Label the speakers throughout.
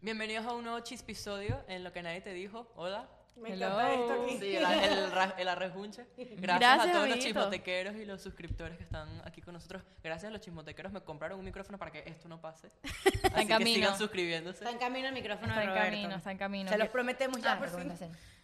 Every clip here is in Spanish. Speaker 1: Bienvenidos a un nuevo chispisodio en lo que nadie te dijo. Hola.
Speaker 2: Me
Speaker 3: Hello.
Speaker 2: encanta esto aquí.
Speaker 1: Sí, el, el, ra- el arrejunche. Gracias, a
Speaker 3: Gracias,
Speaker 1: todos los
Speaker 3: amiguito.
Speaker 1: chismotequeros y los suscriptores que están aquí con nosotros. Gracias a los chismotequeros me compraron un micrófono para que esto no pase. Así que
Speaker 3: camino.
Speaker 1: sigan suscribiéndose.
Speaker 2: Está en camino el micrófono
Speaker 3: Está
Speaker 2: de
Speaker 3: en
Speaker 2: Roberto.
Speaker 3: camino, está en camino.
Speaker 2: Se los
Speaker 3: Que-
Speaker 2: prometemos ya,
Speaker 3: Ah,
Speaker 2: por fin.
Speaker 3: recomendación.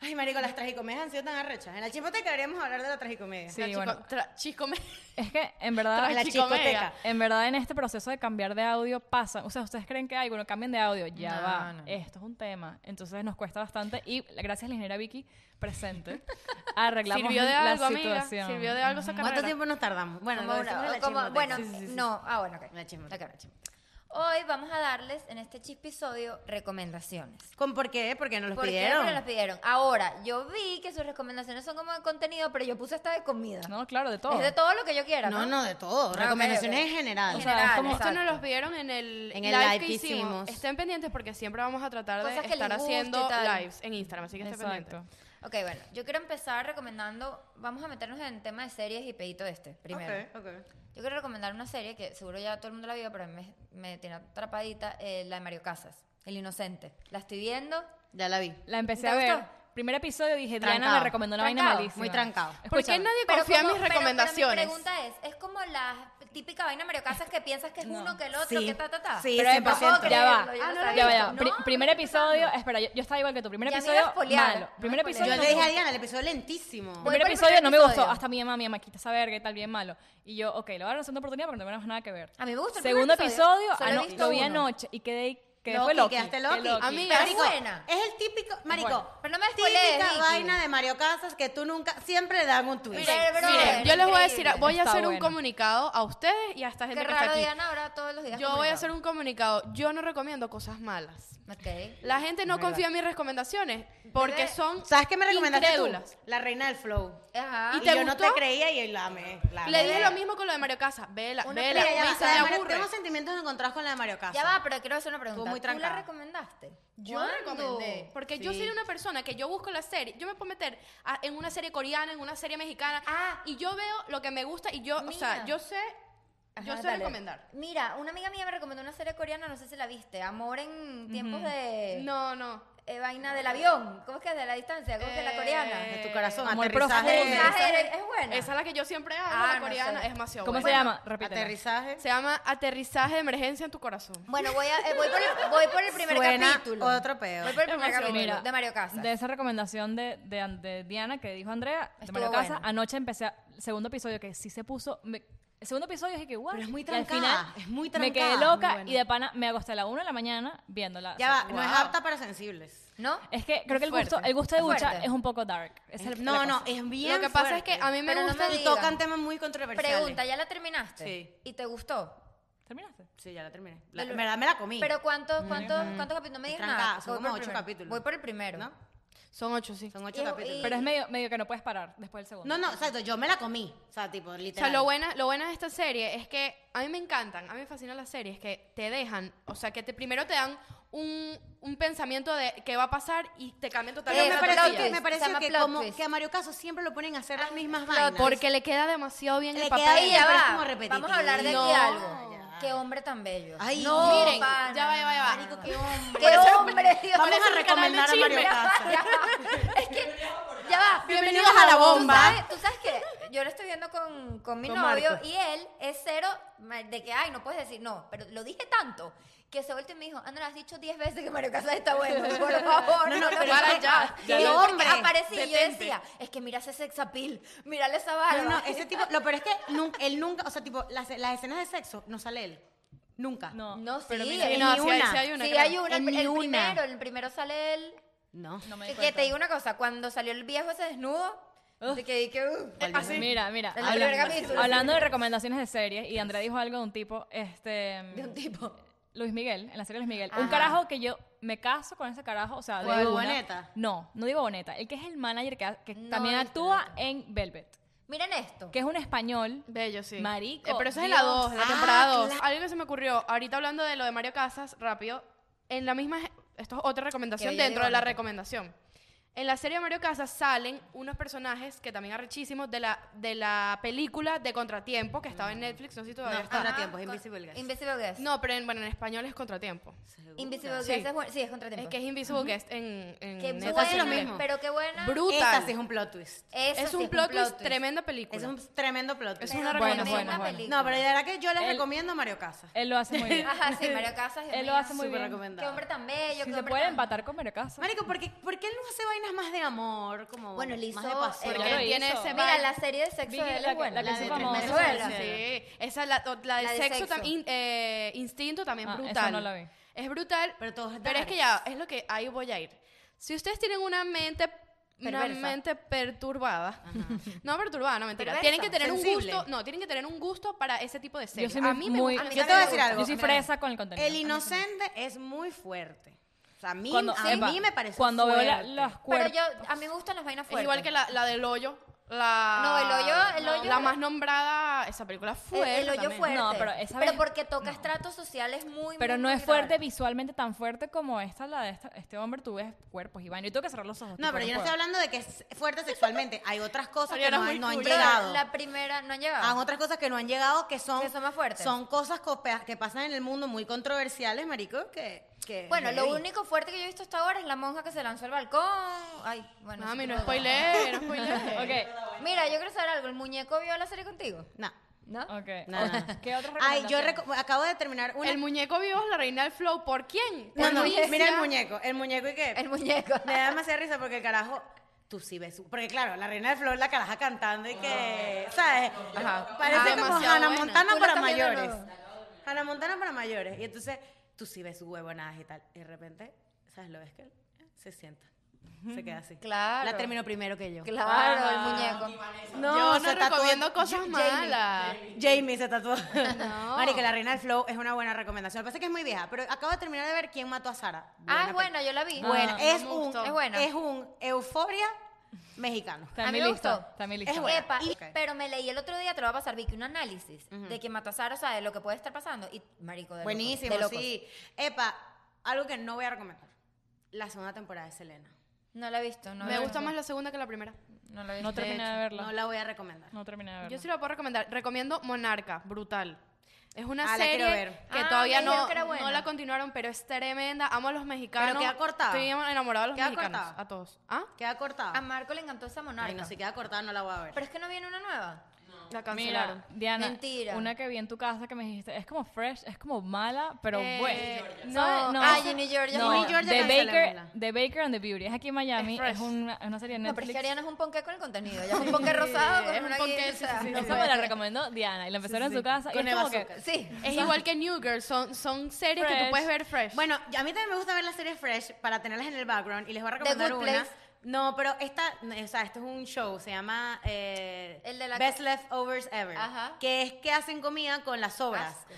Speaker 2: Ay, marico, las tragicomedias han sido tan arrechas. En la chismoteca deberíamos hablar de la tragicomedia.
Speaker 3: Sí, bueno.
Speaker 4: Chico, me...
Speaker 3: Es que en verdad,
Speaker 2: Tras la chicoteca.
Speaker 3: en verdad en este proceso de cambiar de audio pasa, o sea, ustedes creen que hay, bueno, cambien de audio, ya
Speaker 4: No,
Speaker 3: va,
Speaker 4: no.
Speaker 3: esto es un tema, entonces nos cuesta bastante y gracias a la ingeniera Vicky presente arreglamos
Speaker 4: Sirvió de
Speaker 3: la
Speaker 4: algo, amiga.
Speaker 3: situación.
Speaker 4: Sirvió de algo esa
Speaker 2: ¿Cuánto
Speaker 4: carrera.
Speaker 2: tiempo nos tardamos? Bueno,
Speaker 5: Como
Speaker 2: lo
Speaker 5: una-
Speaker 2: decimos en la
Speaker 5: como-
Speaker 2: chismoteca.
Speaker 5: bueno,
Speaker 2: Sí, sí, sí.
Speaker 5: no, ah, bueno, ok.
Speaker 2: La chismoteca.
Speaker 5: Ok, la chismoteca. Hoy vamos a darles en este chispisodio recomendaciones.
Speaker 2: ¿Con por qué? Porque nos los
Speaker 5: ¿Por qué?
Speaker 2: pidieron.
Speaker 5: Porque nos pidieron. Ahora, yo vi que sus recomendaciones son como de contenido, pero yo puse esta de comida.
Speaker 3: No, claro, de todo.
Speaker 5: Es de todo lo que yo quiera.
Speaker 2: No,
Speaker 5: No,
Speaker 2: no, de todo.
Speaker 5: ok,
Speaker 2: Recomendaciones
Speaker 5: ok.
Speaker 2: generales.
Speaker 3: O sea, es como-
Speaker 5: exacto.
Speaker 4: Esto nos los vieron en el,
Speaker 2: En el live que hicimos.
Speaker 4: Estén pendientes porque siempre vamos a tratar
Speaker 5: Cosas
Speaker 4: de
Speaker 5: que les
Speaker 4: estar
Speaker 5: guste y
Speaker 4: haciendo
Speaker 5: tal.
Speaker 4: lives en Instagram, así que estén
Speaker 3: Exacto.
Speaker 4: pendientes.
Speaker 5: Ok, bueno, yo quiero empezar recomendando, vamos a meternos en tema de series y pedito este, primero.
Speaker 2: Ok, ok.
Speaker 5: Yo quiero recomendar una serie que seguro ya todo el mundo la vio, pero a mí me, me tiene atrapadita, eh, la de Mario Casas, El Inocente. La estoy viendo.
Speaker 2: Ya la vi.
Speaker 3: La empecé
Speaker 5: ¿Te
Speaker 3: a ver.
Speaker 5: gustó?
Speaker 3: Primer episodio dije, Diana
Speaker 2: Trancado.
Speaker 3: me recomendó una vaina
Speaker 5: Trancado,
Speaker 3: malísima.
Speaker 2: muy trancado.
Speaker 4: ¿Por qué
Speaker 3: Escúchame.
Speaker 4: nadie
Speaker 5: Pero
Speaker 4: confía
Speaker 5: como-
Speaker 4: en mis
Speaker 5: pero-
Speaker 4: recomendaciones?
Speaker 5: Pero, mi pregunta es, es como la típica vaina Mario Casas que piensas que es uno, que el otro,
Speaker 2: Sí.
Speaker 5: que ta, ta, ta.
Speaker 2: Sí,
Speaker 3: Pero
Speaker 2: es
Speaker 3: empezó,
Speaker 2: 100%.
Speaker 3: ya va.
Speaker 5: Ah, no lo
Speaker 3: ya va,
Speaker 5: viste.
Speaker 3: ya va.
Speaker 5: No,
Speaker 3: Pri-
Speaker 5: no
Speaker 3: primer
Speaker 5: lo estoy
Speaker 3: episodio,
Speaker 5: pensando.
Speaker 3: espera, yo, yo estaba igual que tu primer
Speaker 5: Ya me iba a
Speaker 3: episodio.
Speaker 5: spoilear,
Speaker 3: malo.
Speaker 5: no me
Speaker 3: Primer
Speaker 5: spoilees.
Speaker 3: episodio.
Speaker 2: Yo
Speaker 3: no
Speaker 2: le
Speaker 3: me
Speaker 2: dije a
Speaker 3: gustó.
Speaker 2: Diana, el episodio lentísimo.
Speaker 5: Voy
Speaker 3: primer
Speaker 5: por el
Speaker 3: episodio
Speaker 5: primer
Speaker 3: no me gustó.
Speaker 5: episodio.
Speaker 3: Hasta mi mamá, mi mamá, quita esa verga y tal, bien malo. Y yo, ok, le voy a dar una segunda oportunidad porque no tenemos nada que ver.
Speaker 5: A mí me gusta el primer
Speaker 3: Segundo
Speaker 5: episodio,
Speaker 3: episodio,
Speaker 4: ah,
Speaker 5: solo he
Speaker 3: ano-
Speaker 5: visto
Speaker 3: lo vi
Speaker 5: uno.
Speaker 3: anoche y quedé. Que
Speaker 2: Loki,
Speaker 3: fue Loki.
Speaker 2: quedaste
Speaker 3: que
Speaker 2: Loki.
Speaker 4: Amiga,
Speaker 2: Pero
Speaker 5: es
Speaker 2: marico,
Speaker 5: buena.
Speaker 2: Es el típico, marico,
Speaker 5: buena. Pero no me
Speaker 2: típica
Speaker 5: spoilees, Vicky.
Speaker 2: vaina de Mario Casas que tú nunca, siempre le dan un twist.
Speaker 5: Mira, Pero, bro,
Speaker 4: Miren, yo les voy a decir,
Speaker 5: increíble.
Speaker 4: voy a
Speaker 3: Está
Speaker 4: hacer un
Speaker 3: bueno.
Speaker 4: comunicado a ustedes y a esta gente
Speaker 5: Qué
Speaker 4: que está
Speaker 5: raro,
Speaker 4: aquí.
Speaker 5: Diana, ahora todos los días.
Speaker 4: Yo voy a hacer un comunicado. Yo no recomiendo cosas malas.
Speaker 5: Ok.
Speaker 4: La gente no confía en mis recomendaciones porque
Speaker 5: Bebé,
Speaker 4: son
Speaker 2: ¿Sabes qué me recomendaste
Speaker 4: incrédulas.
Speaker 2: tú? La reina del flow.
Speaker 5: Ajá.
Speaker 2: Y,
Speaker 4: ¿Y te
Speaker 2: yo no
Speaker 4: gustó?
Speaker 2: te creía y la amé. la
Speaker 4: Le
Speaker 2: amé.
Speaker 4: dije lo mismo con lo de Mario Casa. Vela,
Speaker 2: Una
Speaker 4: vela.
Speaker 2: prega, ya
Speaker 4: Me
Speaker 2: va,
Speaker 4: dice,
Speaker 2: la de
Speaker 4: me
Speaker 2: Mario-
Speaker 4: aburre.
Speaker 2: Tengo sentimientos encontrados con la de Mario Casas.
Speaker 5: Ya va, pero quiero hacer una pregunta.
Speaker 2: muy
Speaker 5: ¿Tú la
Speaker 2: trancada.
Speaker 5: recomendaste?
Speaker 4: Yo
Speaker 5: ¿Cuándo?
Speaker 4: recomendé. Porque yo soy una persona que yo busco la serie. Yo me puedo meter a- en una serie coreana, en una serie mexicana.
Speaker 5: Ah.
Speaker 4: y yo veo lo que me gusta y yo, o sea,
Speaker 5: Mira.
Speaker 4: yo sé. yo
Speaker 5: Ajá,
Speaker 4: sé
Speaker 5: dale.
Speaker 4: recomendar.
Speaker 5: Mira, una amiga mía me recomendó una serie coreana, no sé si la viste. Amor en tiempos de.
Speaker 4: No, no.
Speaker 5: eh, vaina del avión. ¿Cómo es que es de la distancia? ¿Cómo es que es la coreana?
Speaker 2: De
Speaker 4: Eh,
Speaker 2: tu corazón,
Speaker 3: amor
Speaker 2: aterrizaje.
Speaker 3: profundo.
Speaker 2: aterrizaje-
Speaker 5: Aterrizaje es buena.
Speaker 4: Esa es la que yo siempre hago,
Speaker 5: Ah,
Speaker 4: la
Speaker 5: no
Speaker 4: coreana.
Speaker 5: sé.
Speaker 4: Es demasiado
Speaker 3: ¿Cómo se
Speaker 4: buena.
Speaker 3: llama? Repite.
Speaker 2: Aterrizaje.
Speaker 4: Se llama Aterrizaje de Emergencia en tu Corazón.
Speaker 5: Bueno, voy, a- eh, voy, por el, voy por el primer
Speaker 2: Suena
Speaker 5: capítulo.
Speaker 2: otro peo.
Speaker 5: Voy por el primer
Speaker 4: Demasiado.
Speaker 5: capítulo
Speaker 3: Mira,
Speaker 5: de Mario Casas.
Speaker 3: De esa recomendación de, de, de Diana que dijo Andrea, de
Speaker 5: Estuvo
Speaker 3: Mario Casa,
Speaker 5: buena.
Speaker 3: anoche empecé a- el segundo episodio que sí se puso. me- el segundo episodio dije que guau.
Speaker 2: Pero es muy
Speaker 3: y al
Speaker 2: trancada,
Speaker 3: final
Speaker 2: es muy
Speaker 3: Me quedé
Speaker 2: trancada, muy
Speaker 3: loca
Speaker 2: buena.
Speaker 3: y de pana me acosté a la 1 de la mañana viéndola.
Speaker 2: Ya
Speaker 3: O
Speaker 2: va,
Speaker 3: sea,
Speaker 2: no es
Speaker 3: guau.
Speaker 2: apta para sensibles.
Speaker 5: ¿No?
Speaker 3: Es que creo que el
Speaker 4: Fuerte.
Speaker 3: gusto, el gusto de ducha
Speaker 5: Fuerte.
Speaker 3: es un poco dark. Esa es la-
Speaker 2: No,
Speaker 3: la
Speaker 2: no, eh,
Speaker 3: cosa.
Speaker 2: es bien
Speaker 4: Lo que pasa es que
Speaker 2: fuerte.
Speaker 4: a mí me
Speaker 5: Pero no
Speaker 4: gusta.
Speaker 5: me
Speaker 2: Y
Speaker 5: digan.
Speaker 2: tocan temas muy controversiales.
Speaker 5: Pregunta, ¿ya la terminaste?
Speaker 2: Sí.
Speaker 5: ¿Y te gustó?
Speaker 3: ¿Terminaste?
Speaker 2: Sí, ya la terminé. La,
Speaker 5: Pero-
Speaker 2: me, la, me la comí.
Speaker 5: ¿Pero cuántos, cuántos, cuántos capítulos? No me digas
Speaker 2: Trancada,
Speaker 5: nada.
Speaker 2: son
Speaker 5: Voy
Speaker 2: como
Speaker 5: por el
Speaker 2: ocho
Speaker 5: primero.
Speaker 2: capítulos.
Speaker 5: Voy por el primero.
Speaker 2: ¿No?
Speaker 4: Son ocho, sí.
Speaker 2: Son ocho
Speaker 5: Y-
Speaker 2: capítulos.
Speaker 5: y-
Speaker 3: Pero es medio, medio que no puedes parar después del segundo.
Speaker 2: No, no, exacto, yo me la comí. O sea, tipo,
Speaker 4: O sea,
Speaker 2: literal.
Speaker 4: lo buena, lo buena de esta serie es que a mí me encantan, a mí me fascinan las series que te dejan, o sea, que te primero te dan un, un pensamiento de qué va a pasar y te cambian
Speaker 2: Pero
Speaker 4: totalmente
Speaker 2: me
Speaker 4: la
Speaker 5: Eso, plot
Speaker 2: pareció,
Speaker 4: plantilla.
Speaker 2: que,
Speaker 5: twist,
Speaker 2: me
Speaker 5: se
Speaker 2: pareció
Speaker 5: llama
Speaker 2: que
Speaker 5: plot
Speaker 2: como
Speaker 5: twist.
Speaker 2: que a Mario Casas siempre lo ponen a hacer las mismas
Speaker 5: plot
Speaker 2: vainas.
Speaker 4: Porque le queda demasiado bien
Speaker 2: Le
Speaker 4: el
Speaker 2: queda
Speaker 4: papel.
Speaker 2: bien.
Speaker 5: Ya
Speaker 2: pero es
Speaker 5: va,
Speaker 2: como repetitivo.
Speaker 5: Vamos a hablar de
Speaker 4: No.
Speaker 5: qué algo. Qué hombre tan bello.
Speaker 2: Ay,
Speaker 5: no,
Speaker 4: Miren,
Speaker 5: pana.
Speaker 4: ya va, ya va, ya va.
Speaker 2: Oh, Marico, qué hombre.
Speaker 5: Qué hombre, Dios
Speaker 2: Vamos
Speaker 5: mío.
Speaker 2: a recomendar a Mario
Speaker 5: Ya va,
Speaker 2: Casas.
Speaker 5: ya va. Es que, ya va.
Speaker 2: Bienvenidos a la bomba.
Speaker 5: Tú sabes, tú sabes que yo lo estoy viendo con, con mi
Speaker 2: Con
Speaker 5: novio
Speaker 2: Marco.
Speaker 5: y él es cero ma- de que, ay, no puedes decir no, pero lo dije tanto que se volteó y me dijo, Andra, has dicho 10 veces que Mario Casas está bueno, por favor.
Speaker 2: No, no,
Speaker 5: lo
Speaker 2: pero
Speaker 5: digas".
Speaker 2: para ya,
Speaker 5: Y
Speaker 2: ya
Speaker 5: yo,
Speaker 2: lo-
Speaker 5: porque
Speaker 2: hombre,
Speaker 5: aparecí y yo
Speaker 2: detente.
Speaker 5: decía, es que mira ese sexapil, mírale esa barba.
Speaker 2: No, no, ese tipo, lo peor es que nun- él nunca, o sea, tipo, las, las escenas de sexo no sale él. Nunca.
Speaker 3: No.
Speaker 5: No, sí,
Speaker 4: Sí,
Speaker 2: en
Speaker 4: no,
Speaker 2: ni
Speaker 4: sí hay-
Speaker 2: una.
Speaker 4: sí hay una.
Speaker 5: sí,
Speaker 4: creo.
Speaker 5: hay una,
Speaker 2: En
Speaker 5: el,
Speaker 2: ni
Speaker 5: el
Speaker 2: una.
Speaker 5: primero, el primero sale él.
Speaker 2: No.
Speaker 3: No me di
Speaker 5: Que,
Speaker 3: cuenta.
Speaker 5: te digo una cosa, cuando salió el viejo ese desnudo, de que dije, "Uh,
Speaker 3: Así. Mira, mira.
Speaker 5: El
Speaker 3: habla-
Speaker 5: primer capítulo.
Speaker 3: hablando de recomendaciones de series, y Andrea dijo algo de un tipo, este...
Speaker 5: de un tipo.
Speaker 3: Luis Miguel, en la serie Luis Miguel. Un
Speaker 5: Ajá.
Speaker 3: carajo que yo me caso con ese carajo, o sea, de
Speaker 2: ¿Cuál,
Speaker 3: una.
Speaker 2: Boneta?
Speaker 3: No, no digo Boneta. El que es el manager que, ha- que
Speaker 5: No,
Speaker 3: también
Speaker 5: este
Speaker 3: actúa
Speaker 5: no.
Speaker 3: en Velvet,
Speaker 5: Miren esto.
Speaker 3: que es un español.
Speaker 4: Bello, sí.
Speaker 3: Marico,
Speaker 4: Eh, pero eso es en la
Speaker 3: Dios.
Speaker 4: 2, la
Speaker 2: Ah,
Speaker 4: temporada 2.
Speaker 2: claro.
Speaker 4: Algo que se me ocurrió, ahorita hablando de lo de Mario Casas, rápido, en la misma, esto es otra recomendación
Speaker 5: Que yo
Speaker 4: dentro de
Speaker 5: digo,
Speaker 4: la
Speaker 5: no.
Speaker 4: recomendación. En la serie de Mario Casas salen unos personajes que también arrechísimos de la, de la película de Contratiempo que estaba en Netflix, no sé si todavía
Speaker 2: No,
Speaker 4: está.
Speaker 2: Contratiempo, es
Speaker 5: Ah, con-
Speaker 2: Invisible Guest.
Speaker 5: Invisible Guest.
Speaker 4: No, pero en, bueno, en español es Contratiempo.
Speaker 2: Seguro.
Speaker 5: Invisible
Speaker 4: Sí.
Speaker 5: Guest es bueno. Sí, es contratiempo.
Speaker 4: Es que es Invisible Guest en, en
Speaker 5: Qué
Speaker 4: Netflix.
Speaker 5: buena,
Speaker 2: es lo mismo.
Speaker 5: Pero qué buena.
Speaker 4: Brutal.
Speaker 2: Esa sí es un plot twist.
Speaker 5: Esa
Speaker 4: es
Speaker 5: sí
Speaker 4: un plot twist,
Speaker 5: twist.
Speaker 4: tremenda película.
Speaker 2: Es un tremendo plot twist.
Speaker 4: Es una
Speaker 5: Pero
Speaker 4: buena,
Speaker 5: tremenda
Speaker 4: buena, buena.
Speaker 5: película.
Speaker 2: No, pero de verdad que yo les
Speaker 3: El-
Speaker 2: recomiendo Mario Casas.
Speaker 3: Él lo hace muy bien.
Speaker 5: Ajá, sí, Mario Casas. Dios
Speaker 3: Él lo
Speaker 5: mío.
Speaker 3: hace muy
Speaker 2: Súper
Speaker 3: bien.
Speaker 2: recomendado.
Speaker 5: Qué hombre tan bello.
Speaker 3: Si se
Speaker 5: qué hombre
Speaker 3: puede
Speaker 5: tan-
Speaker 3: empatar con Mario Casas.
Speaker 2: Marico, ¿por qué, por qué él no hace vainas más de amor? Como
Speaker 5: Bueno, él hizo,
Speaker 2: más de pasión.
Speaker 5: eh,
Speaker 3: Porque él
Speaker 4: Porque tiene
Speaker 3: hizo.
Speaker 4: ese
Speaker 5: Mira,
Speaker 4: vibe.
Speaker 5: la serie de sexo
Speaker 3: Vicky,
Speaker 5: de
Speaker 3: la
Speaker 5: él es
Speaker 3: que-
Speaker 5: buena.
Speaker 3: la que
Speaker 2: La de
Speaker 3: es famosa.
Speaker 5: Venezuela.
Speaker 3: sí.
Speaker 4: Sí, esa la, o- la del
Speaker 5: La de
Speaker 4: sexo,
Speaker 5: sexo.
Speaker 4: tam- in- eh, instinto también
Speaker 3: Ah, esa
Speaker 4: brutal.
Speaker 3: no la vi.
Speaker 4: Es brutal,
Speaker 2: Pero todo es
Speaker 4: pero es que ya
Speaker 2: darks.
Speaker 4: es lo que ahí voy a ir. Si ustedes tienen una mente una
Speaker 5: Perversa.
Speaker 4: mente perturbada. No perturbada, no mentira.
Speaker 5: Perversa,
Speaker 4: Tienen que tener
Speaker 2: sensible.
Speaker 4: un gusto, no, tienen que tener un gusto para ese tipo de
Speaker 3: Yo
Speaker 4: series.
Speaker 3: soy muy-
Speaker 4: a mí me
Speaker 3: muy-
Speaker 4: gusta.
Speaker 5: mí
Speaker 2: Yo te
Speaker 5: también
Speaker 2: voy a
Speaker 5: me
Speaker 2: decir
Speaker 5: gusta.
Speaker 2: algo.
Speaker 3: Yo soy
Speaker 2: Mira,
Speaker 3: fresa con el contenido.
Speaker 2: El inocente es muy fuerte. O sea, a mí,
Speaker 3: Cuando-
Speaker 2: a
Speaker 3: Epa,
Speaker 2: mí me parece
Speaker 3: Cuando veo la- las
Speaker 5: Pero
Speaker 3: cuerpos.
Speaker 5: yo, a mí me gustan las vainas
Speaker 4: Es
Speaker 5: fuertes.
Speaker 4: igual que la, la del hoyo. La,
Speaker 5: No, el hoyo- el hoyo-
Speaker 4: La más nombrada, esa película
Speaker 5: El,
Speaker 2: Eh,
Speaker 4: fue.
Speaker 5: el hoyo fuerte.
Speaker 3: No, pero esa vez-
Speaker 5: porque toca estratos sociales muy,
Speaker 3: Pero
Speaker 5: muy,
Speaker 3: no
Speaker 5: muy
Speaker 3: es fuerte
Speaker 5: graves.
Speaker 3: visualmente tan fuerte como esta, la de esta- este hombre. Tú ves cuerpos, Iván. Yo tengo que cerrar los ojos.
Speaker 2: No,
Speaker 3: tipo,
Speaker 2: pero yo no estoy
Speaker 3: puedo.
Speaker 2: hablando de que es fuerte sexualmente. Hay otras cosas que no,
Speaker 4: Ariana es
Speaker 2: han-
Speaker 4: muy
Speaker 2: no han
Speaker 4: cool.
Speaker 2: llegado.
Speaker 5: La primera, no han llegado.
Speaker 2: Hay otras cosas que no han llegado que son,
Speaker 5: Que son más fuertes.
Speaker 2: son cosas co- pe- que pasan en el mundo muy controversiales, marico, que... que
Speaker 5: Bueno, lo
Speaker 2: heavy.
Speaker 5: único fuerte que yo he visto hasta ahora es la monja que se lanzó al balcón. Ay, bueno.
Speaker 4: Mami,
Speaker 5: eso
Speaker 4: no
Speaker 5: es otro tema.
Speaker 4: spoiler, no spoiler.
Speaker 3: Ok,
Speaker 5: Mira, yo quiero saber algo. ¿El muñeco vio la serie contigo?
Speaker 2: No.
Speaker 5: ¿No?
Speaker 3: ok.
Speaker 2: No, no, no.
Speaker 3: ¿Qué otras
Speaker 2: Ay, yo
Speaker 3: recomendaciones?
Speaker 2: reco- acabo de terminar una...
Speaker 4: El muñeco vivo es la reina del flow. ¿Por quién?
Speaker 2: no,
Speaker 4: Por
Speaker 2: no,
Speaker 4: Luisa.
Speaker 2: mira el muñeco. El muñeco y qué...
Speaker 5: El muñeco.
Speaker 2: Me da demasiada risa porque el carajo... Tú sí ves... Porque claro, la reina del flor, la caraja cantando y que... ¿Sabes?
Speaker 4: Ajá.
Speaker 2: Parece
Speaker 4: Ah,
Speaker 2: como
Speaker 4: demasiado
Speaker 2: Hannah
Speaker 4: buena.
Speaker 2: Montana
Speaker 5: Tú la
Speaker 2: para
Speaker 5: estás viendo de
Speaker 2: mayores.
Speaker 5: nuevo.
Speaker 2: Hannah Montana para mayores. Y entonces tú sí ves huevonadas y tal. Y de repente, ¿sabes lo ves que él se sienta? Se queda así.
Speaker 5: Claro.
Speaker 2: La terminó primero que yo.
Speaker 5: Claro, el muñeco.
Speaker 4: Yo no
Speaker 2: se tatuó-
Speaker 4: recomiendo
Speaker 2: Ja-
Speaker 4: cosas
Speaker 2: Jamie.
Speaker 4: malas.
Speaker 2: Jamie se tatuó. Marica, la reina del flow es una buena recomendación. Lo que pasa es que es muy vieja, pero acabo de terminar de ver quién mató a Sara. Buena
Speaker 5: Ah, es buena, yo la vi.
Speaker 2: peli- Buena.
Speaker 3: Ah,
Speaker 2: es,
Speaker 4: me
Speaker 2: un,
Speaker 4: gustó.
Speaker 5: Es buena.
Speaker 2: es un euforia mexicano.
Speaker 3: Está
Speaker 5: A
Speaker 3: en mi
Speaker 5: mí me
Speaker 3: lista.
Speaker 5: gustó.
Speaker 3: Está en mi
Speaker 2: Es
Speaker 3: lista.
Speaker 2: buena.
Speaker 5: Epa, y-
Speaker 2: Ok.
Speaker 5: pero me leí el otro día, te lo va a pasar, Vicky, un análisis de que mató a Sara, o sea, de lo que puede estar pasando. Y, marico, de locos,
Speaker 2: Buenísimo,
Speaker 5: de locos.
Speaker 2: sí. Epa, algo que no voy a recomendar. La segunda temporada de Selena.
Speaker 5: No la he visto, no
Speaker 4: Me
Speaker 5: la he
Speaker 4: gusta
Speaker 5: visto.
Speaker 4: más la segunda que la primera.
Speaker 5: No la he
Speaker 3: No
Speaker 5: visto.
Speaker 3: terminé de verla.
Speaker 2: No la voy a recomendar.
Speaker 3: No terminé de verla.
Speaker 4: Yo sí la puedo recomendar. Recomiendo Monarca, brutal. Es una
Speaker 2: Ah, la
Speaker 4: serie
Speaker 2: quiero ver.
Speaker 4: que
Speaker 5: Ah,
Speaker 4: todavía
Speaker 5: me dijeron
Speaker 4: no,
Speaker 5: que era buena.
Speaker 4: no la continuaron, pero es tremenda. Amo a los mexicanos.
Speaker 2: Pero queda cortada.
Speaker 4: Estoy enamorada de los
Speaker 2: Queda
Speaker 4: mexicanos.
Speaker 2: cortada.
Speaker 4: A todos. ¿Ah?
Speaker 2: Queda cortada.
Speaker 5: A Marco le encantó esa monarca.
Speaker 2: Ay, no, si queda cortada no la voy a ver.
Speaker 5: Pero es que no viene una nueva.
Speaker 4: La cancelaron.
Speaker 3: Mira, Diana,
Speaker 5: Mentira.
Speaker 3: una que vi en tu casa que me dijiste, es como fresh, es como mala, pero
Speaker 4: Eh,
Speaker 3: buena.
Speaker 4: Ginny Georgia.
Speaker 3: ¿Sabes?
Speaker 5: no. Ah,
Speaker 3: esa-
Speaker 5: Ginny Georgia,
Speaker 3: no,
Speaker 2: Ginny Georgia
Speaker 3: The
Speaker 2: cancelémosla.
Speaker 3: Baker, The Baker and the Beauty. Es aquí en Miami,
Speaker 4: Es
Speaker 3: es,
Speaker 4: fresh.
Speaker 3: una, es una serie de
Speaker 5: No, pero es
Speaker 3: Netflix.
Speaker 5: que Ariana es un ponqué con el contenido. Ella es un ponqué rosado con
Speaker 4: es un
Speaker 5: una
Speaker 4: ponqué,
Speaker 5: guía,
Speaker 4: sí,
Speaker 5: o sea,
Speaker 4: sí, sí,
Speaker 3: Esa
Speaker 4: sí.
Speaker 3: me la recomendó Diana y la empezaron en su casa.
Speaker 2: Con
Speaker 3: y es como
Speaker 2: Eva
Speaker 3: que,
Speaker 2: Zucker.
Speaker 5: Sí.
Speaker 4: Es igual que New Girl. Son, son series que tú
Speaker 3: Fresh.
Speaker 4: puedes ver fresh.
Speaker 2: Bueno, a mí también me gusta ver las series fresh para tenerlas en el background y les voy a
Speaker 5: The
Speaker 2: recomendar
Speaker 5: Good
Speaker 2: una.
Speaker 5: Place.
Speaker 2: No, pero esta, o sea, esto es un show, se llama eh,
Speaker 5: El de la-
Speaker 2: Best Leftovers Ever,
Speaker 5: Ajá.
Speaker 2: que es que hacen comida con las sobras.
Speaker 5: Asco.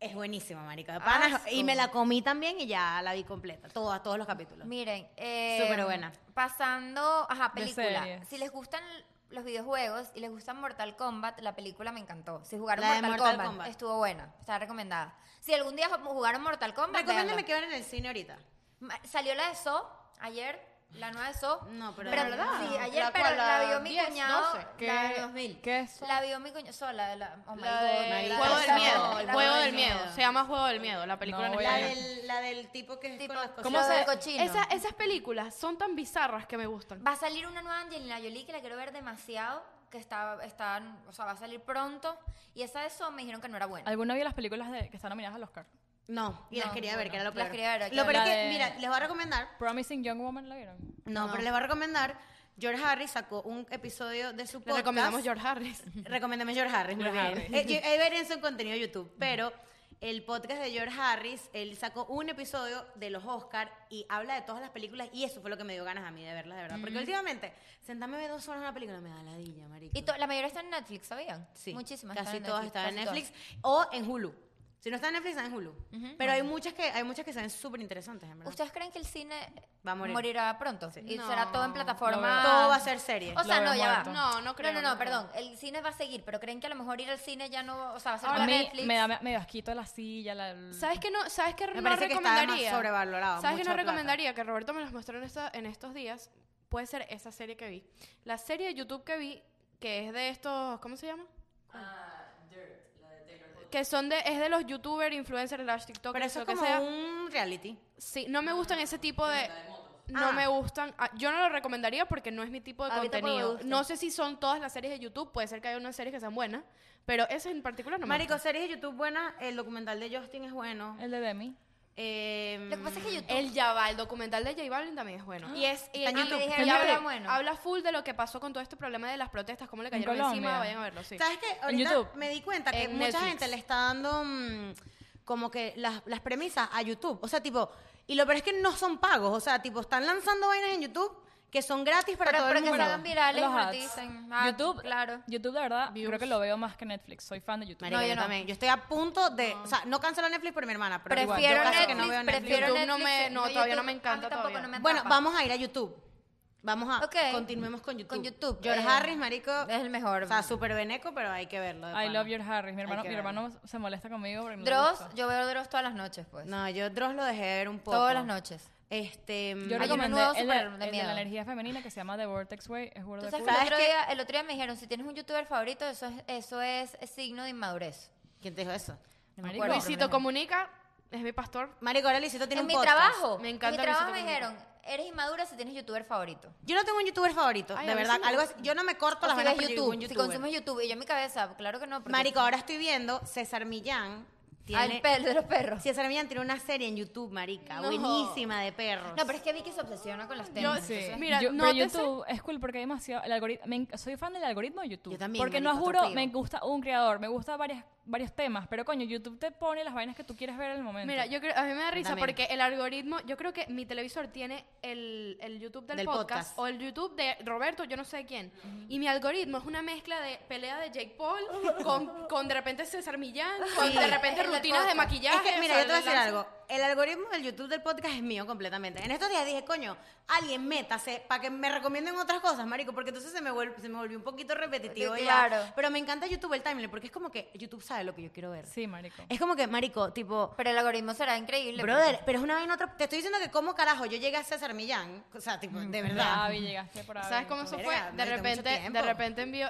Speaker 2: Es buenísima, marica. de panas.
Speaker 5: Asco.
Speaker 2: y me la comí también y ya la vi completa, todas, todos los capítulos.
Speaker 5: Miren, eh,
Speaker 2: Súper buena.
Speaker 5: Pasando, ajá,
Speaker 3: De
Speaker 5: película.
Speaker 3: series.
Speaker 5: Si les gustan los videojuegos y les gusta Mortal Kombat, la película me encantó. Si jugaron
Speaker 2: La de
Speaker 5: Mortal,
Speaker 2: Mortal
Speaker 5: Kombat,
Speaker 2: Kombat.
Speaker 5: estuvo buena, está recomendada. Si algún día jugaron Mortal Kombat,
Speaker 2: Recomiéndame
Speaker 5: véanla.
Speaker 2: que van en el cine ahorita.
Speaker 5: Ma- Salió la de So ayer, la nueva de So.
Speaker 2: No, pero-
Speaker 5: pero
Speaker 2: ¿De verdad?
Speaker 5: Sí, ayer,
Speaker 4: ¿La
Speaker 5: pero
Speaker 4: cual?
Speaker 5: la
Speaker 4: ¿La
Speaker 5: vio mi
Speaker 4: 10,
Speaker 5: cuñado.
Speaker 4: 12?
Speaker 5: La
Speaker 3: ¿Qué-
Speaker 5: de 2000.
Speaker 3: qué es So?
Speaker 5: La vio mi cuñado. So, la de la. Oh my
Speaker 4: la
Speaker 5: God,
Speaker 4: de
Speaker 5: la
Speaker 4: Juego
Speaker 5: de
Speaker 4: del
Speaker 5: So,
Speaker 4: Miedo.
Speaker 5: la
Speaker 4: El
Speaker 5: de
Speaker 4: Juego del
Speaker 5: So.
Speaker 4: Miedo. Se llama Juego del Miedo, la película
Speaker 3: No
Speaker 4: en
Speaker 3: voy
Speaker 2: La
Speaker 3: a
Speaker 4: español.
Speaker 3: ir.
Speaker 2: del, la del tipo que es
Speaker 5: Tipo,
Speaker 2: con las cosas.
Speaker 5: ¿Cómo
Speaker 4: Lo
Speaker 5: se-
Speaker 4: de-
Speaker 5: cochino.
Speaker 4: Esa- esas películas son tan bizarras que me gustan.
Speaker 5: Va a salir una nueva Angelina Jolie que la quiero ver demasiado. Que está, está, o sea, va a salir pronto. Y esa de eso me dijeron que no era buena.
Speaker 3: ¿Alguna vio las películas de- que están nominadas al Oscar?
Speaker 2: No, y las
Speaker 5: No,
Speaker 2: quería ver, que era lo
Speaker 5: bueno, las
Speaker 2: peor.
Speaker 5: quería ver, hay que
Speaker 2: Lo peor es
Speaker 3: verlas.
Speaker 2: que,
Speaker 3: La de-
Speaker 2: mira, les voy a recomendar
Speaker 3: Promising Young Woman, ¿la vieron?
Speaker 2: No, pero les voy a recomendar. George Harris sacó un episodio de su
Speaker 4: Le
Speaker 2: podcast.
Speaker 4: recomendamos George Harris.
Speaker 2: Recomendame George Harris, muy
Speaker 3: George
Speaker 2: bien. Eh, yo- Ahí verían su contenido de YouTube, pero el podcast de George Harris, él sacó un episodio de los Oscar y habla de todas las películas y eso fue lo que me dio ganas a mí de verlas, de verdad. Porque últimamente, sentarme a ver dos horas una película me da ladilla, marico.
Speaker 5: Y to- la mayoría está en Netflix, ¿sabían?
Speaker 2: Sí,
Speaker 5: Muchísimas
Speaker 2: Casi
Speaker 5: están en
Speaker 2: todas
Speaker 5: Netflix,
Speaker 2: están en
Speaker 5: casi
Speaker 2: Netflix o en Hulu. Si no está en Netflix, está en Hulu. Pero hay muchas que hay muchas que se ven súper interesantes, en
Speaker 5: todas.
Speaker 2: verdad.
Speaker 5: ¿Ustedes creen que el cine
Speaker 2: Va a morir.
Speaker 5: morirá pronto? Y
Speaker 4: No,
Speaker 5: será todo en plataforma.
Speaker 3: lo
Speaker 2: veo. Todo va a ser serie.
Speaker 5: O sea,
Speaker 3: Lo
Speaker 5: no,
Speaker 3: veo
Speaker 5: ya va.
Speaker 3: muerto.
Speaker 4: No, no creo,
Speaker 5: No, no,
Speaker 4: no
Speaker 5: no,
Speaker 4: creo.
Speaker 5: perdón. El cine va a seguir, pero creen que a lo mejor ir al cine ya no. va- O sea, va a ser
Speaker 4: Ahora
Speaker 5: por
Speaker 3: a mí
Speaker 5: Netflix.
Speaker 3: me da me- medio asquito la silla, la...
Speaker 4: ¿Sabes qué no, sabes qué
Speaker 2: Me
Speaker 4: Pues no
Speaker 2: parece que está
Speaker 4: recomendaría?
Speaker 2: más sobrevalorado,
Speaker 4: ¿Sabes
Speaker 2: mucha
Speaker 4: qué no
Speaker 2: plata.
Speaker 4: recomendaría? Que Roberto me los mostró en, esta- en estos días. Puede ser esa serie que vi. La serie de YouTube que vi, que es de estos, ¿cómo se llama? Que son de, es de los youtubers, influencers, las TikTokers,
Speaker 2: Pero eso
Speaker 4: lo
Speaker 2: es
Speaker 4: que
Speaker 2: como
Speaker 4: sea.
Speaker 2: un reality.
Speaker 4: Sí, no me gustan ese tipo de. No
Speaker 2: Ah.
Speaker 4: me gustan. ah, Yo no lo recomendaría porque no es mi tipo de
Speaker 5: A mí tampoco me
Speaker 4: contenido.
Speaker 5: gusta.
Speaker 4: No sé si son todas las series de YouTube. Puede ser que haya unas series que sean buenas. Pero esa en particular no me
Speaker 2: Marico,
Speaker 4: gusta.
Speaker 2: series de YouTube buenas. El documental de Justin es bueno.
Speaker 3: El de Demi.
Speaker 2: Eh,
Speaker 5: Lo que pasa es que YouTube.
Speaker 4: El Yaval, el documental de J Balvin también es bueno. Y es. Y
Speaker 2: Está en
Speaker 4: y
Speaker 2: YouTube.
Speaker 4: habla-
Speaker 5: Está en
Speaker 4: habla,
Speaker 5: YouTube. bueno.
Speaker 4: habla full de lo que pasó con todo este problema de las protestas, cómo le cayeron
Speaker 3: Colombia.
Speaker 4: encima. Vayan a verlo, sí.
Speaker 2: ¿Sabes qué? Ahorita
Speaker 3: YouTube.
Speaker 2: me di cuenta que
Speaker 4: En
Speaker 2: mucha
Speaker 4: Netflix.
Speaker 2: gente le está dando mm, como que las, las premisas a YouTube. O sea, tipo, y lo peor es que no son pagos. O sea, tipo, están lanzando vainas en YouTube que son gratis para
Speaker 5: Pero,
Speaker 2: todo
Speaker 5: pero
Speaker 2: el
Speaker 5: que se
Speaker 2: mundo.
Speaker 5: hagan virales
Speaker 3: Los
Speaker 5: y no te
Speaker 3: ads.
Speaker 5: dicen. Ah,
Speaker 3: YouTube,
Speaker 5: Claro.
Speaker 3: YouTube, de verdad, creo que
Speaker 4: Views.
Speaker 3: lo veo más que Netflix. Soy fan de YouTube.
Speaker 2: Marica,
Speaker 5: No,
Speaker 2: yo,
Speaker 5: yo no.
Speaker 2: también. Yo estoy a punto de. O sea, no cancelo Netflix por mi hermana, pero igual,
Speaker 5: Prefiero
Speaker 2: yo casi
Speaker 5: Netflix,
Speaker 2: que no veo Netflix.
Speaker 5: prefiero
Speaker 4: YouTube no
Speaker 5: Netflix,
Speaker 4: me-
Speaker 5: sí.
Speaker 4: no, todavía no me
Speaker 5: a mí
Speaker 4: encanta
Speaker 5: tampoco
Speaker 4: todavía.
Speaker 5: no me
Speaker 2: Bueno,
Speaker 5: atrapa.
Speaker 2: vamos a ir a YouTube. Vamos a.
Speaker 5: Ok.
Speaker 2: Continuemos con YouTube.
Speaker 5: Con YouTube.
Speaker 2: George
Speaker 5: Eh,
Speaker 2: Harris, Marico.
Speaker 5: es el mejor.
Speaker 2: O sea, súper beneco, pero hay que verlo. de
Speaker 3: I
Speaker 2: pana.
Speaker 3: love your Harris. Mi hermano,
Speaker 2: que
Speaker 3: mi
Speaker 2: verlo.
Speaker 3: hermano se molesta conmigo. porque no le
Speaker 5: Dross,
Speaker 3: gusta.
Speaker 5: yo veo Dross todas las noches, pues.
Speaker 2: No, yo Dross lo dejé de ver un poco.
Speaker 5: todas las noches.
Speaker 2: Este.
Speaker 3: Yo
Speaker 5: Hay uno
Speaker 3: recomendé
Speaker 5: nuevo
Speaker 3: el, de,
Speaker 5: súper de
Speaker 3: el de
Speaker 5: miedo.
Speaker 3: la energía femenina que se llama The Vortex Way. Es burda de
Speaker 5: Entonces,
Speaker 3: cool.
Speaker 5: el
Speaker 2: ¿Sabes
Speaker 5: otro,
Speaker 2: qué?
Speaker 5: día, el otro día me dijeron, si tienes un youtuber favorito, eso es, eso es signo de inmadurez.
Speaker 2: ¿Quién te dijo eso?
Speaker 5: No me
Speaker 3: Marico,
Speaker 5: acuerdo.
Speaker 4: Luisito Comunica es mi pastor.
Speaker 2: Marico, ahora Luisito tiene un
Speaker 5: en mi
Speaker 2: podcast.
Speaker 5: trabajo,
Speaker 4: Me
Speaker 5: en mi
Speaker 4: encanta
Speaker 5: trabajo
Speaker 4: Luisito
Speaker 5: me
Speaker 4: Comunica.
Speaker 5: dijeron, eres inmadura si tienes youtuber favorito.
Speaker 2: Yo no tengo un youtuber favorito,
Speaker 4: Ay,
Speaker 2: de
Speaker 4: a mí sí
Speaker 2: verdad.
Speaker 4: me
Speaker 2: algo
Speaker 4: gusta.
Speaker 2: así- Yo no me corto
Speaker 5: O
Speaker 2: las
Speaker 5: si
Speaker 2: venas
Speaker 5: ves
Speaker 2: por
Speaker 5: YouTube,
Speaker 2: ningún
Speaker 5: si
Speaker 2: youtuber.
Speaker 5: consumes YouTube. Y yo en mi cabeza, claro que no. porque-
Speaker 2: Marico, ahora estoy viendo César Millán.
Speaker 5: Ah,
Speaker 2: Tiene,
Speaker 5: el pelo de los perros.
Speaker 2: César Millán tiene una serie en YouTube, marica.
Speaker 4: No.
Speaker 2: Buenísima de perros.
Speaker 5: No, pero es que Vicky se obsesiona con las
Speaker 4: Yo,
Speaker 5: tenis.
Speaker 4: sí.
Speaker 5: entonces-
Speaker 4: Mira,
Speaker 3: Yo- pero
Speaker 4: nótese-
Speaker 3: YouTube es cool porque hay demasiado el algoritmo. me enc- soy fan del algoritmo de YouTube.
Speaker 2: Yo también,
Speaker 3: Porque no
Speaker 2: marico,
Speaker 3: juro,
Speaker 2: otro
Speaker 3: me
Speaker 2: peo.
Speaker 3: gusta un creador, me gusta varias, varios temas, pero coño, YouTube te pone las vainas que tú quieres ver en el momento.
Speaker 4: Mira, yo creo, a mí me da risa
Speaker 2: También.
Speaker 4: porque el algoritmo, yo creo que mi televisor tiene el, el YouTube del,
Speaker 2: Del
Speaker 4: podcast,
Speaker 2: podcast.
Speaker 4: o el YouTube de Roberto, yo no sé quién. Y mi algoritmo es una mezcla de pelea de Jake Paul con, con de repente César Millán, con de repente
Speaker 5: el del
Speaker 4: rutinas de
Speaker 5: podcast.
Speaker 4: maquillaje.
Speaker 2: Es que, mira,
Speaker 4: o
Speaker 2: yo te
Speaker 4: sea,
Speaker 2: voy a decir
Speaker 4: lanza-
Speaker 2: algo. El algoritmo del YouTube del podcast es mío completamente. En estos días dije, coño, alguien métase para que me recomienden otras cosas, marico, porque entonces se me, vuel- se me volvió un poquito repetitivo.
Speaker 5: Sí,
Speaker 2: ya.
Speaker 5: claro.
Speaker 2: Pero me encanta YouTube el timeline, porque es como que YouTube sabe lo que yo quiero ver.
Speaker 3: Sí, marico.
Speaker 2: Es como que, marico, tipo,
Speaker 5: Pero el algoritmo será increíble. pues.
Speaker 2: brother,
Speaker 5: porque-
Speaker 2: pero es una vaina otra. Te estoy diciendo que, ¿cómo carajo yo llegué a César Millán? O sea, tipo, de verdad.
Speaker 3: Avi, llegaste por Avi.
Speaker 4: ¿Sabes cómo eso fue?
Speaker 2: Verga,
Speaker 4: De
Speaker 2: marica, mucho
Speaker 4: repente,
Speaker 2: tiempo.
Speaker 4: de repente envió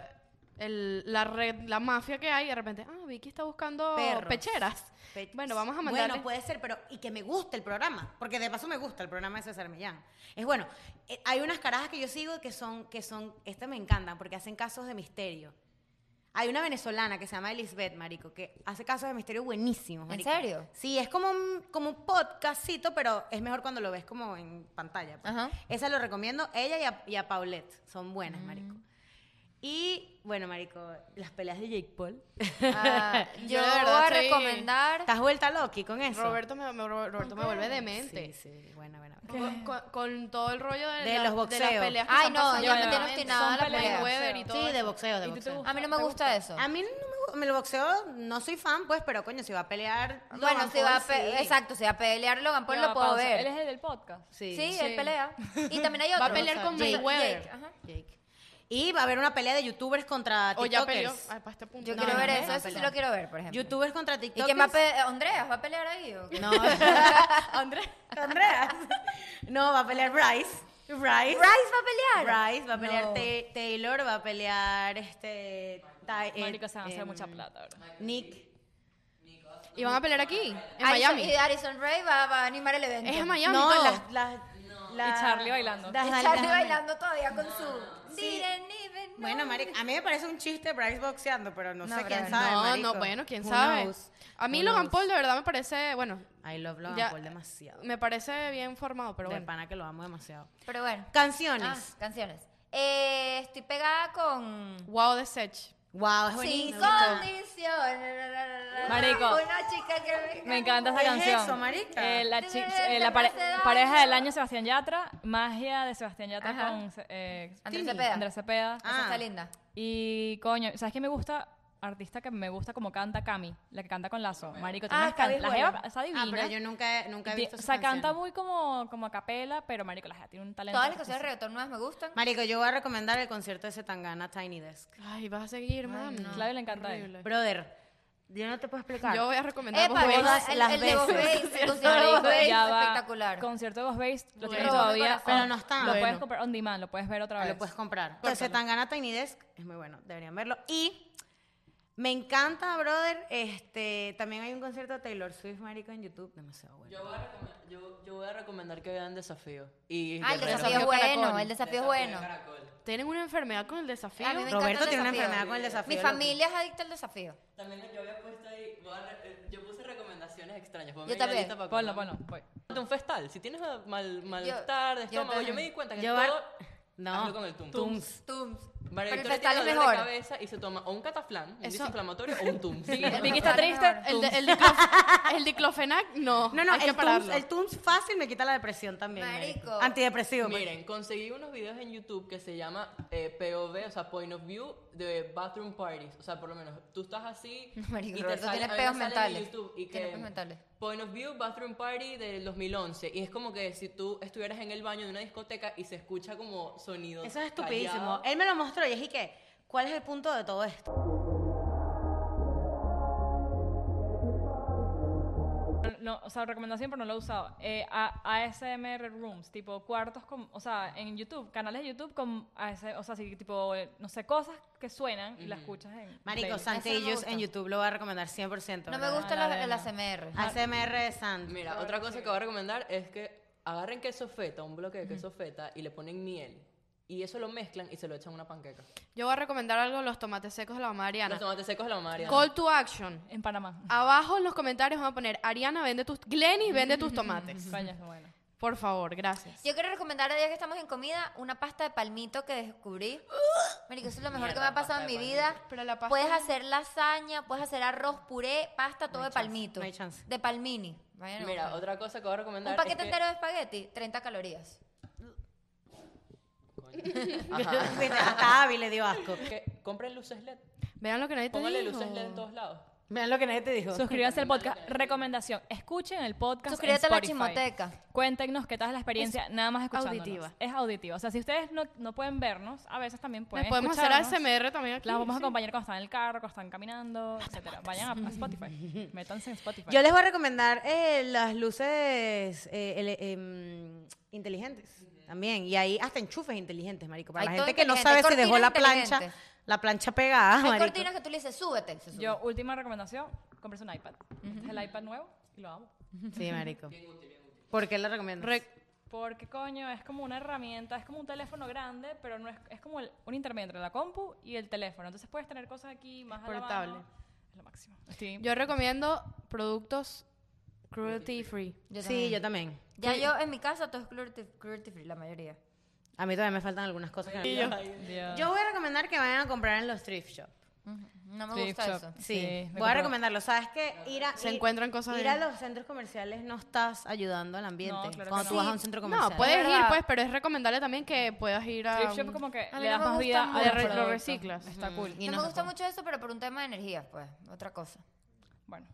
Speaker 4: el- la red, la mafia que hay, de repente, ah, Vicky está buscando
Speaker 2: Perros.
Speaker 4: pecheras.
Speaker 2: Pe-
Speaker 4: Bueno, vamos a mandarle.
Speaker 2: Bueno, pues, puede ser, pero y que me guste el programa, porque de paso me gusta el programa de César Millán. Es bueno, eh, hay unas carajas que yo sigo que son que son estas me encantan porque hacen casos de misterio. Hay una venezolana que se llama Elizabeth, marico, que hace casos de misterio buenísimos,
Speaker 5: ¿En
Speaker 2: marico.
Speaker 5: serio?
Speaker 2: Sí, es como un, como un podcastito, pero es mejor cuando lo ves como en pantalla. pues.
Speaker 5: Ajá.
Speaker 2: Esa lo recomiendo, ella y a, y a Paulette, son buenas, marico.
Speaker 4: Mm.
Speaker 2: Y, bueno, marico, las peleas de Jake Paul.
Speaker 5: Ah,
Speaker 4: Yo
Speaker 5: yo
Speaker 4: de
Speaker 5: voy
Speaker 4: verdad
Speaker 5: a
Speaker 4: estoy-
Speaker 5: recomendar.
Speaker 2: ¿Estás vuelta Loki con eso?
Speaker 4: Roberto me, me- Roberto me vuelve demente.
Speaker 2: Sí, sí, buena, buena. buena.
Speaker 4: Con, con- con todo el rollo de,
Speaker 2: De
Speaker 4: la-
Speaker 2: los
Speaker 4: De
Speaker 2: boxeos.
Speaker 4: las peleas que
Speaker 5: Ay,
Speaker 4: están
Speaker 5: no,
Speaker 4: pasando
Speaker 5: yo me
Speaker 3: tiene
Speaker 4: últimamente.
Speaker 5: obstinada
Speaker 4: Son
Speaker 5: la
Speaker 4: peleas
Speaker 5: pelea.
Speaker 4: de Mayweather y todo
Speaker 2: Sí, de
Speaker 4: eso.
Speaker 2: boxeo, de
Speaker 3: ¿Y tú te
Speaker 2: boxeo.
Speaker 3: gusta?
Speaker 5: A mí no me
Speaker 3: ¿Te
Speaker 5: gusta eso.
Speaker 2: A mí no me gusta, el boxeo no soy fan, pues, pero coño, si va a pelear.
Speaker 5: Bueno,
Speaker 2: Logan
Speaker 5: si va a
Speaker 2: Paul,
Speaker 5: pe-
Speaker 2: sí.
Speaker 5: Exacto, si va a pelear Logan Paul
Speaker 3: Ya va,
Speaker 5: lo puedo
Speaker 3: pausa.
Speaker 5: ver.
Speaker 3: Él es el del podcast.
Speaker 2: Sí.
Speaker 5: Sí,
Speaker 4: Sí.
Speaker 5: él pelea. Y también hay otro.
Speaker 4: Va a pelear con
Speaker 5: Jake-
Speaker 4: Mayweather.
Speaker 5: Jake, ajá.
Speaker 2: Jake. Y va a haber una pelea de youtubers contra
Speaker 4: O ya
Speaker 2: tiktokers.
Speaker 4: peleó. Ay,
Speaker 3: Ah,
Speaker 4: para este punto.
Speaker 5: Yo
Speaker 4: No,
Speaker 5: quiero
Speaker 4: no,
Speaker 5: ver
Speaker 4: no.
Speaker 5: eso, eso sí lo quiero ver, por ejemplo.
Speaker 2: Youtubers contra
Speaker 5: ¿Y
Speaker 2: tiktokers.
Speaker 5: quién va a pelear? ¿Andreas va a pelear ahí o qué?
Speaker 2: No. Andreas. No, va a pelear Bryce. Bryce.
Speaker 5: ¿Rice va a pelear?
Speaker 2: Bryce va a pelear
Speaker 5: No.
Speaker 2: Ta- Taylor, va a pelear este... Ta- eh,
Speaker 3: Marico, se van a hacer
Speaker 2: em,
Speaker 3: mucha plata, bro.
Speaker 2: Nick.
Speaker 4: Y van a pelear aquí, en
Speaker 5: Addison-
Speaker 4: Miami.
Speaker 5: Y Addison Ray va, va a animar el evento.
Speaker 4: Es en Miami.
Speaker 2: No,
Speaker 4: todo.
Speaker 2: las, las, las-
Speaker 5: ah,
Speaker 3: Y Charlie bailando.
Speaker 2: las-
Speaker 5: Y
Speaker 2: las-
Speaker 5: Charlie
Speaker 2: las-
Speaker 5: bailando todavía con su... Didn't even know.
Speaker 2: Bueno, marica, a mí me parece un chiste Bryce boxeando, pero no,
Speaker 5: No,
Speaker 2: sé quién
Speaker 5: Bryce.
Speaker 2: sabe,
Speaker 4: No,
Speaker 2: marico.
Speaker 4: no, bueno, quién
Speaker 2: Who
Speaker 4: sabe.
Speaker 2: knows?
Speaker 4: A mí
Speaker 2: Who
Speaker 4: Logan
Speaker 2: knows?
Speaker 4: Paul de verdad me parece, bueno,
Speaker 2: I love Logan
Speaker 4: Ya.
Speaker 2: Paul demasiado.
Speaker 4: me parece bien formado, pero
Speaker 2: de
Speaker 4: bueno.
Speaker 2: pana que lo amo demasiado.
Speaker 5: Pero bueno.
Speaker 2: Canciones.
Speaker 5: Ah, canciones. Eh, estoy pegada con...
Speaker 4: Wow de Sech.
Speaker 2: Wow, es
Speaker 5: Sin
Speaker 2: buenísimo. Ah,
Speaker 5: condición.
Speaker 3: Marico.
Speaker 5: Una chica que
Speaker 3: Me encanta esa
Speaker 2: ¿Qué es
Speaker 3: canción.
Speaker 2: eso, marica?
Speaker 3: Eh, la
Speaker 5: Te
Speaker 3: chi-
Speaker 5: merece,
Speaker 3: eh, la pare-
Speaker 5: te merece
Speaker 3: pareja
Speaker 5: daño.
Speaker 3: del año Sebastián Yatra, magia de Sebastián Yatra
Speaker 5: Ajá.
Speaker 3: con eh,
Speaker 5: Andrés
Speaker 3: Tini,
Speaker 5: Cepeda.
Speaker 3: Andrés Cepeda.
Speaker 5: Esa
Speaker 2: Ah.
Speaker 5: está linda.
Speaker 3: Y coño, ¿sabes qué me gusta? Artista que me gusta como canta Cami, la que canta con Lazo. Marico, tiene
Speaker 5: Ah,
Speaker 3: unas
Speaker 5: está
Speaker 3: can-
Speaker 5: bien
Speaker 3: la
Speaker 5: buena.
Speaker 3: jeva está divina.
Speaker 2: Ah, pero yo nunca, he- nunca he
Speaker 3: Ti-
Speaker 2: visto
Speaker 3: o
Speaker 2: esa
Speaker 3: sea, canta muy como, como a capela, pero marico, la jeva tiene un talento.
Speaker 5: Todas las canciones de reggaetón nuevas me gustan.
Speaker 2: Marico, yo voy a recomendar el concierto de Zetangana Tiny Desk.
Speaker 4: Ay, vas a seguir, mami.
Speaker 3: Claudio le encanta a él.
Speaker 4: Horrible.
Speaker 2: Brother, Yo no te puedo explicar.
Speaker 4: Yo voy a recomendar
Speaker 5: Epa,
Speaker 4: Bob
Speaker 5: el-
Speaker 4: Bass.
Speaker 5: el,
Speaker 2: las
Speaker 5: el de Bob
Speaker 2: veces.
Speaker 5: Bass, el concierto de Bob Bass,
Speaker 3: ya va.
Speaker 5: espectacular. Ah,
Speaker 3: Concierto de Boss Bass, lo
Speaker 4: Bueno.
Speaker 3: tienes
Speaker 5: Robó mi
Speaker 3: todavía. Oh,
Speaker 5: corazón.
Speaker 2: Pero no está.
Speaker 3: Lo puedes
Speaker 4: Bueno.
Speaker 3: comprar on demand, lo puedes ver otra
Speaker 2: Ah,
Speaker 3: vez.
Speaker 2: Lo puedes comprar. Entonces, Tangana Tiny Desk es muy bueno, deberían verlo. Y me encanta, brother, este, también hay un concierto de Taylor Swift, marico, en YouTube, demasiado bueno.
Speaker 1: Yo voy, a recomendar, yo, yo voy a recomendar que vean Desafío. Y
Speaker 5: Ah, el
Speaker 1: Guerrero.
Speaker 5: desafío es
Speaker 4: Desafío
Speaker 5: bueno,
Speaker 4: Caracol.
Speaker 5: el desafío es bueno.
Speaker 1: Caracol.
Speaker 4: Tienen una enfermedad con el desafío.
Speaker 5: A mí me encanta
Speaker 2: Roberto
Speaker 5: el
Speaker 2: tiene una
Speaker 5: desafío.
Speaker 2: enfermedad con el desafío.
Speaker 5: Mi
Speaker 2: loco.
Speaker 5: familia es adicta al desafío.
Speaker 1: También yo había puesto ahí, voy a re- eh, yo puse recomendaciones extrañas. ponme
Speaker 5: Yo
Speaker 1: ahí la
Speaker 5: también.
Speaker 1: lista para
Speaker 3: Ponlo,
Speaker 1: acordar.
Speaker 3: ponlo. pues. voy.
Speaker 1: Ponte un festal, si tienes mal, mal- malestar de
Speaker 5: yo
Speaker 1: estómago, yo,
Speaker 5: también.
Speaker 1: me di cuenta que
Speaker 2: Yo
Speaker 1: todo...
Speaker 2: ar- No,
Speaker 1: Hazlo con el tums.
Speaker 2: Tums.
Speaker 5: Tums.
Speaker 1: María
Speaker 5: Pero el
Speaker 1: Victoria tiene
Speaker 5: festal es
Speaker 1: dolor
Speaker 5: mejor.
Speaker 1: de cabeza y se toma o un cataflán, un
Speaker 4: Eso-
Speaker 1: desinflamatorio o un tums.
Speaker 4: El Vicky
Speaker 5: Ah,
Speaker 4: está triste.
Speaker 5: no.
Speaker 4: El, de- el, diclof- el diclofenac, no.
Speaker 2: No, no,
Speaker 4: hay que
Speaker 2: el tums,
Speaker 4: pararlo.
Speaker 2: el Tums fácil me quita la depresión también.
Speaker 5: Marico.
Speaker 2: marico. Antidepresivo. pues.
Speaker 1: Miren, conseguí unos videos en YouTube que se llama eh, POV, o sea, Point of View de Bathroom Parties. O sea, por lo menos tú estás así.
Speaker 5: Marico,
Speaker 1: y te
Speaker 5: Roberto,
Speaker 1: sale-
Speaker 5: tienes
Speaker 1: a mí me
Speaker 5: peos
Speaker 1: sale en
Speaker 5: mentales.
Speaker 1: YouTube y
Speaker 5: Tienes
Speaker 1: que-
Speaker 5: peos mentales.
Speaker 1: Point of View Bathroom Party del 2011. Y es como que si tú estuvieras en el baño de una discoteca y se escucha como sonido.
Speaker 2: Eso es estupidísimo.
Speaker 1: callado.
Speaker 2: Él me lo mostró y es y que, ¿cuál es el punto de todo esto?
Speaker 3: Pero No, o sea, recomendación, pero no lo he usado. Eh, a- ASMR Rooms, tipo cuartos, con, o sea, en YouTube, canales de YouTube con ASMR, o sea, sí, tipo, eh, no sé, cosas que suenan y las escuchas en.
Speaker 2: Marico,
Speaker 3: playlist.
Speaker 2: Santillos
Speaker 5: gusta.
Speaker 2: en YouTube lo voy a recomendar 100%.
Speaker 5: No me
Speaker 2: brother.
Speaker 5: gusta
Speaker 3: la
Speaker 5: la,
Speaker 3: de
Speaker 5: el
Speaker 3: no.
Speaker 5: ASMR.
Speaker 2: Ah. ASMR de Sant.
Speaker 1: Mira, otra cosa que voy a recomendar es que agarren queso feta, un bloque de queso feta, y le ponen miel. Y eso lo mezclan y se lo echan a una panqueca.
Speaker 4: Yo voy a recomendar algo: los tomates secos de la mamá Ariana.
Speaker 1: Los tomates secos de la mamá Ariana.
Speaker 4: Call to action.
Speaker 3: En Panamá.
Speaker 4: Abajo en los comentarios van a poner: Ariana, vende tus. Glenis, vende tus tomates.
Speaker 3: España es bueno.
Speaker 4: Por favor, gracias.
Speaker 5: Yo quiero recomendar, ya que estamos en comida, una pasta de palmito que descubrí. Marico, eso es lo mejor que me
Speaker 1: Mierda,
Speaker 5: ha pasado en
Speaker 1: pasta
Speaker 5: mi
Speaker 1: de
Speaker 5: vida.
Speaker 1: palmito.
Speaker 4: Pero la pasta-
Speaker 5: Puedes hacer lasaña, puedes hacer arroz, puré, pasta, todo de
Speaker 2: chance,
Speaker 5: palmito.
Speaker 2: no hay chance.
Speaker 5: De palmini. Vayan a
Speaker 1: Mira,
Speaker 5: buscar.
Speaker 1: otra cosa que voy a recomendar
Speaker 5: un
Speaker 1: es
Speaker 5: paquete
Speaker 1: que-
Speaker 5: entero de espagueti, 30 calorías.
Speaker 2: Viste, Hasta Abby le dio asco.
Speaker 1: que compren luces LED.
Speaker 4: Vean lo que nadie te
Speaker 1: Pónganle
Speaker 4: dijo.
Speaker 1: luces LED en todos lados.
Speaker 2: Vean lo que nadie te dijo.
Speaker 3: Suscríbanse al podcast. Recomendación: escuchen el podcast. en
Speaker 5: Suscríbete a la
Speaker 3: Spotify. Ah,
Speaker 5: Chismoteca.
Speaker 3: Cuéntenos qué tal es la experiencia, nada más escuchándonos.
Speaker 4: auditiva.
Speaker 3: Es auditiva. O sea, si ustedes no, no pueden vernos, a veces también
Speaker 4: Les
Speaker 3: pueden
Speaker 4: podemos hacer
Speaker 3: escucharnos.
Speaker 4: ASMR también aquí.
Speaker 3: Las vamos a
Speaker 4: sí.
Speaker 3: acompañar cuando están en el carro, cuando están caminando, etcétera. Vayan a, a Spotify. Métanse en Spotify.
Speaker 2: Yo les voy a recomendar eh, las luces eh, ele- em, inteligentes también. Y ahí hasta enchufes inteligentes, marico. Para
Speaker 5: Hay
Speaker 2: la
Speaker 5: todo
Speaker 2: gente que no sabe
Speaker 5: inteligente,
Speaker 2: si
Speaker 5: hay
Speaker 2: dejó la
Speaker 5: cortinas
Speaker 2: plancha,
Speaker 5: inteligentes.
Speaker 2: la plancha pegada,
Speaker 5: Hay
Speaker 2: marico.
Speaker 5: cortinas que tú le dices, súbete. se sube.
Speaker 3: Yo, última recomendación, compres un iPad. Este es el iPad nuevo y lo amo.
Speaker 2: Sí, marico. ¿Por qué la recomiendas?
Speaker 4: Re-
Speaker 3: Porque, coño, es como una herramienta, es como un teléfono grande, pero no es, es como el- un intermedio entre la compu y el teléfono. Entonces puedes tener cosas aquí más a la
Speaker 4: portable.
Speaker 3: mano. Es lo máximo. Sí.
Speaker 4: Yo recomiendo productos cruelty free.
Speaker 5: Yo
Speaker 2: sí,
Speaker 5: también.
Speaker 2: yo también.
Speaker 5: Ya yo en mi casa todo es cruelty, cruelty free, la mayoría.
Speaker 2: A mí todavía me faltan algunas cosas. que no-
Speaker 3: Dios.
Speaker 2: Yo voy a recomendar que vayan a comprar en los thrift shop.
Speaker 5: No me
Speaker 3: Thrift
Speaker 5: gusta
Speaker 3: shop.
Speaker 5: eso.
Speaker 2: Sí,
Speaker 3: Sí, me
Speaker 2: voy a
Speaker 3: compró-
Speaker 2: recomendarlo. ¿Sabes qué? Ir a,
Speaker 4: Se
Speaker 2: ir-
Speaker 4: encuentran cosas
Speaker 2: Ir
Speaker 4: de-
Speaker 2: a los centros comerciales no estás ayudando al ambiente.
Speaker 3: No, claro que
Speaker 2: Cuando tú
Speaker 3: no.
Speaker 2: vas a un centro comercial.
Speaker 4: No, puedes ir,
Speaker 5: verdad.
Speaker 4: pues, pero es recomendable también que puedas ir a.
Speaker 3: Thrift
Speaker 4: un-
Speaker 3: Shop como que
Speaker 4: a mí
Speaker 3: le
Speaker 4: no
Speaker 3: das
Speaker 4: me
Speaker 3: más
Speaker 4: gusta
Speaker 3: vida
Speaker 4: mucho.
Speaker 3: a los
Speaker 4: Re- lo
Speaker 3: productos.
Speaker 4: reciclas.
Speaker 3: Está cool.
Speaker 2: Y
Speaker 5: no
Speaker 2: nos
Speaker 5: me gusta
Speaker 2: acabó.
Speaker 5: mucho eso, pero por un tema de energía, pues, otra cosa.
Speaker 3: Bueno,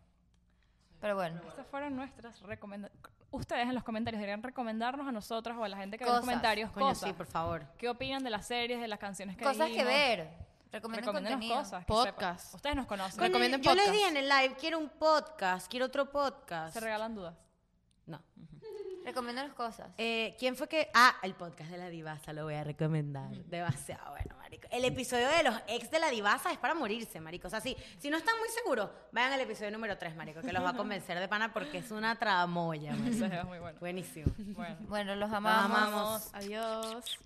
Speaker 5: Pero bueno.
Speaker 3: estas fueron nuestras recomendaciones. Ustedes en los comentarios deberían recomendarnos a nosotras o a la gente que ve
Speaker 5: Cosas.
Speaker 3: los comentarios
Speaker 2: Coño,
Speaker 3: cosas.
Speaker 2: sí, por favor.
Speaker 3: ¿Qué opinan de las series, de las canciones que
Speaker 5: Cosas que
Speaker 3: dijimos?
Speaker 5: ver. Recomiendo
Speaker 3: Recomiéndanos
Speaker 5: contenido.
Speaker 3: cosas. que
Speaker 4: Podcast.
Speaker 3: sepan. Ustedes nos conocen.
Speaker 4: Coño, Recomienden
Speaker 2: yo les
Speaker 4: podcast.
Speaker 2: dije en el live, quiero un podcast, quiero otro podcast.
Speaker 3: Se regalan dudas.
Speaker 2: No.
Speaker 5: Recomiéndanos cosas.
Speaker 2: Eh, ¿Quién fue que...? Ah, el podcast de La Divasa lo voy a recomendar. Demasiado bueno, marico. El episodio de los ex de La Divasa es para morirse, marico. O sea, sí, si no están muy seguros, vayan al episodio número 3, marico, que los va a convencer de pana porque es una tramoya, marico.
Speaker 3: Ese es muy bueno.
Speaker 2: Buenísimo.
Speaker 3: Bueno.
Speaker 5: Bueno, los
Speaker 2: Los
Speaker 5: amamos.
Speaker 2: amamos.
Speaker 4: Adiós.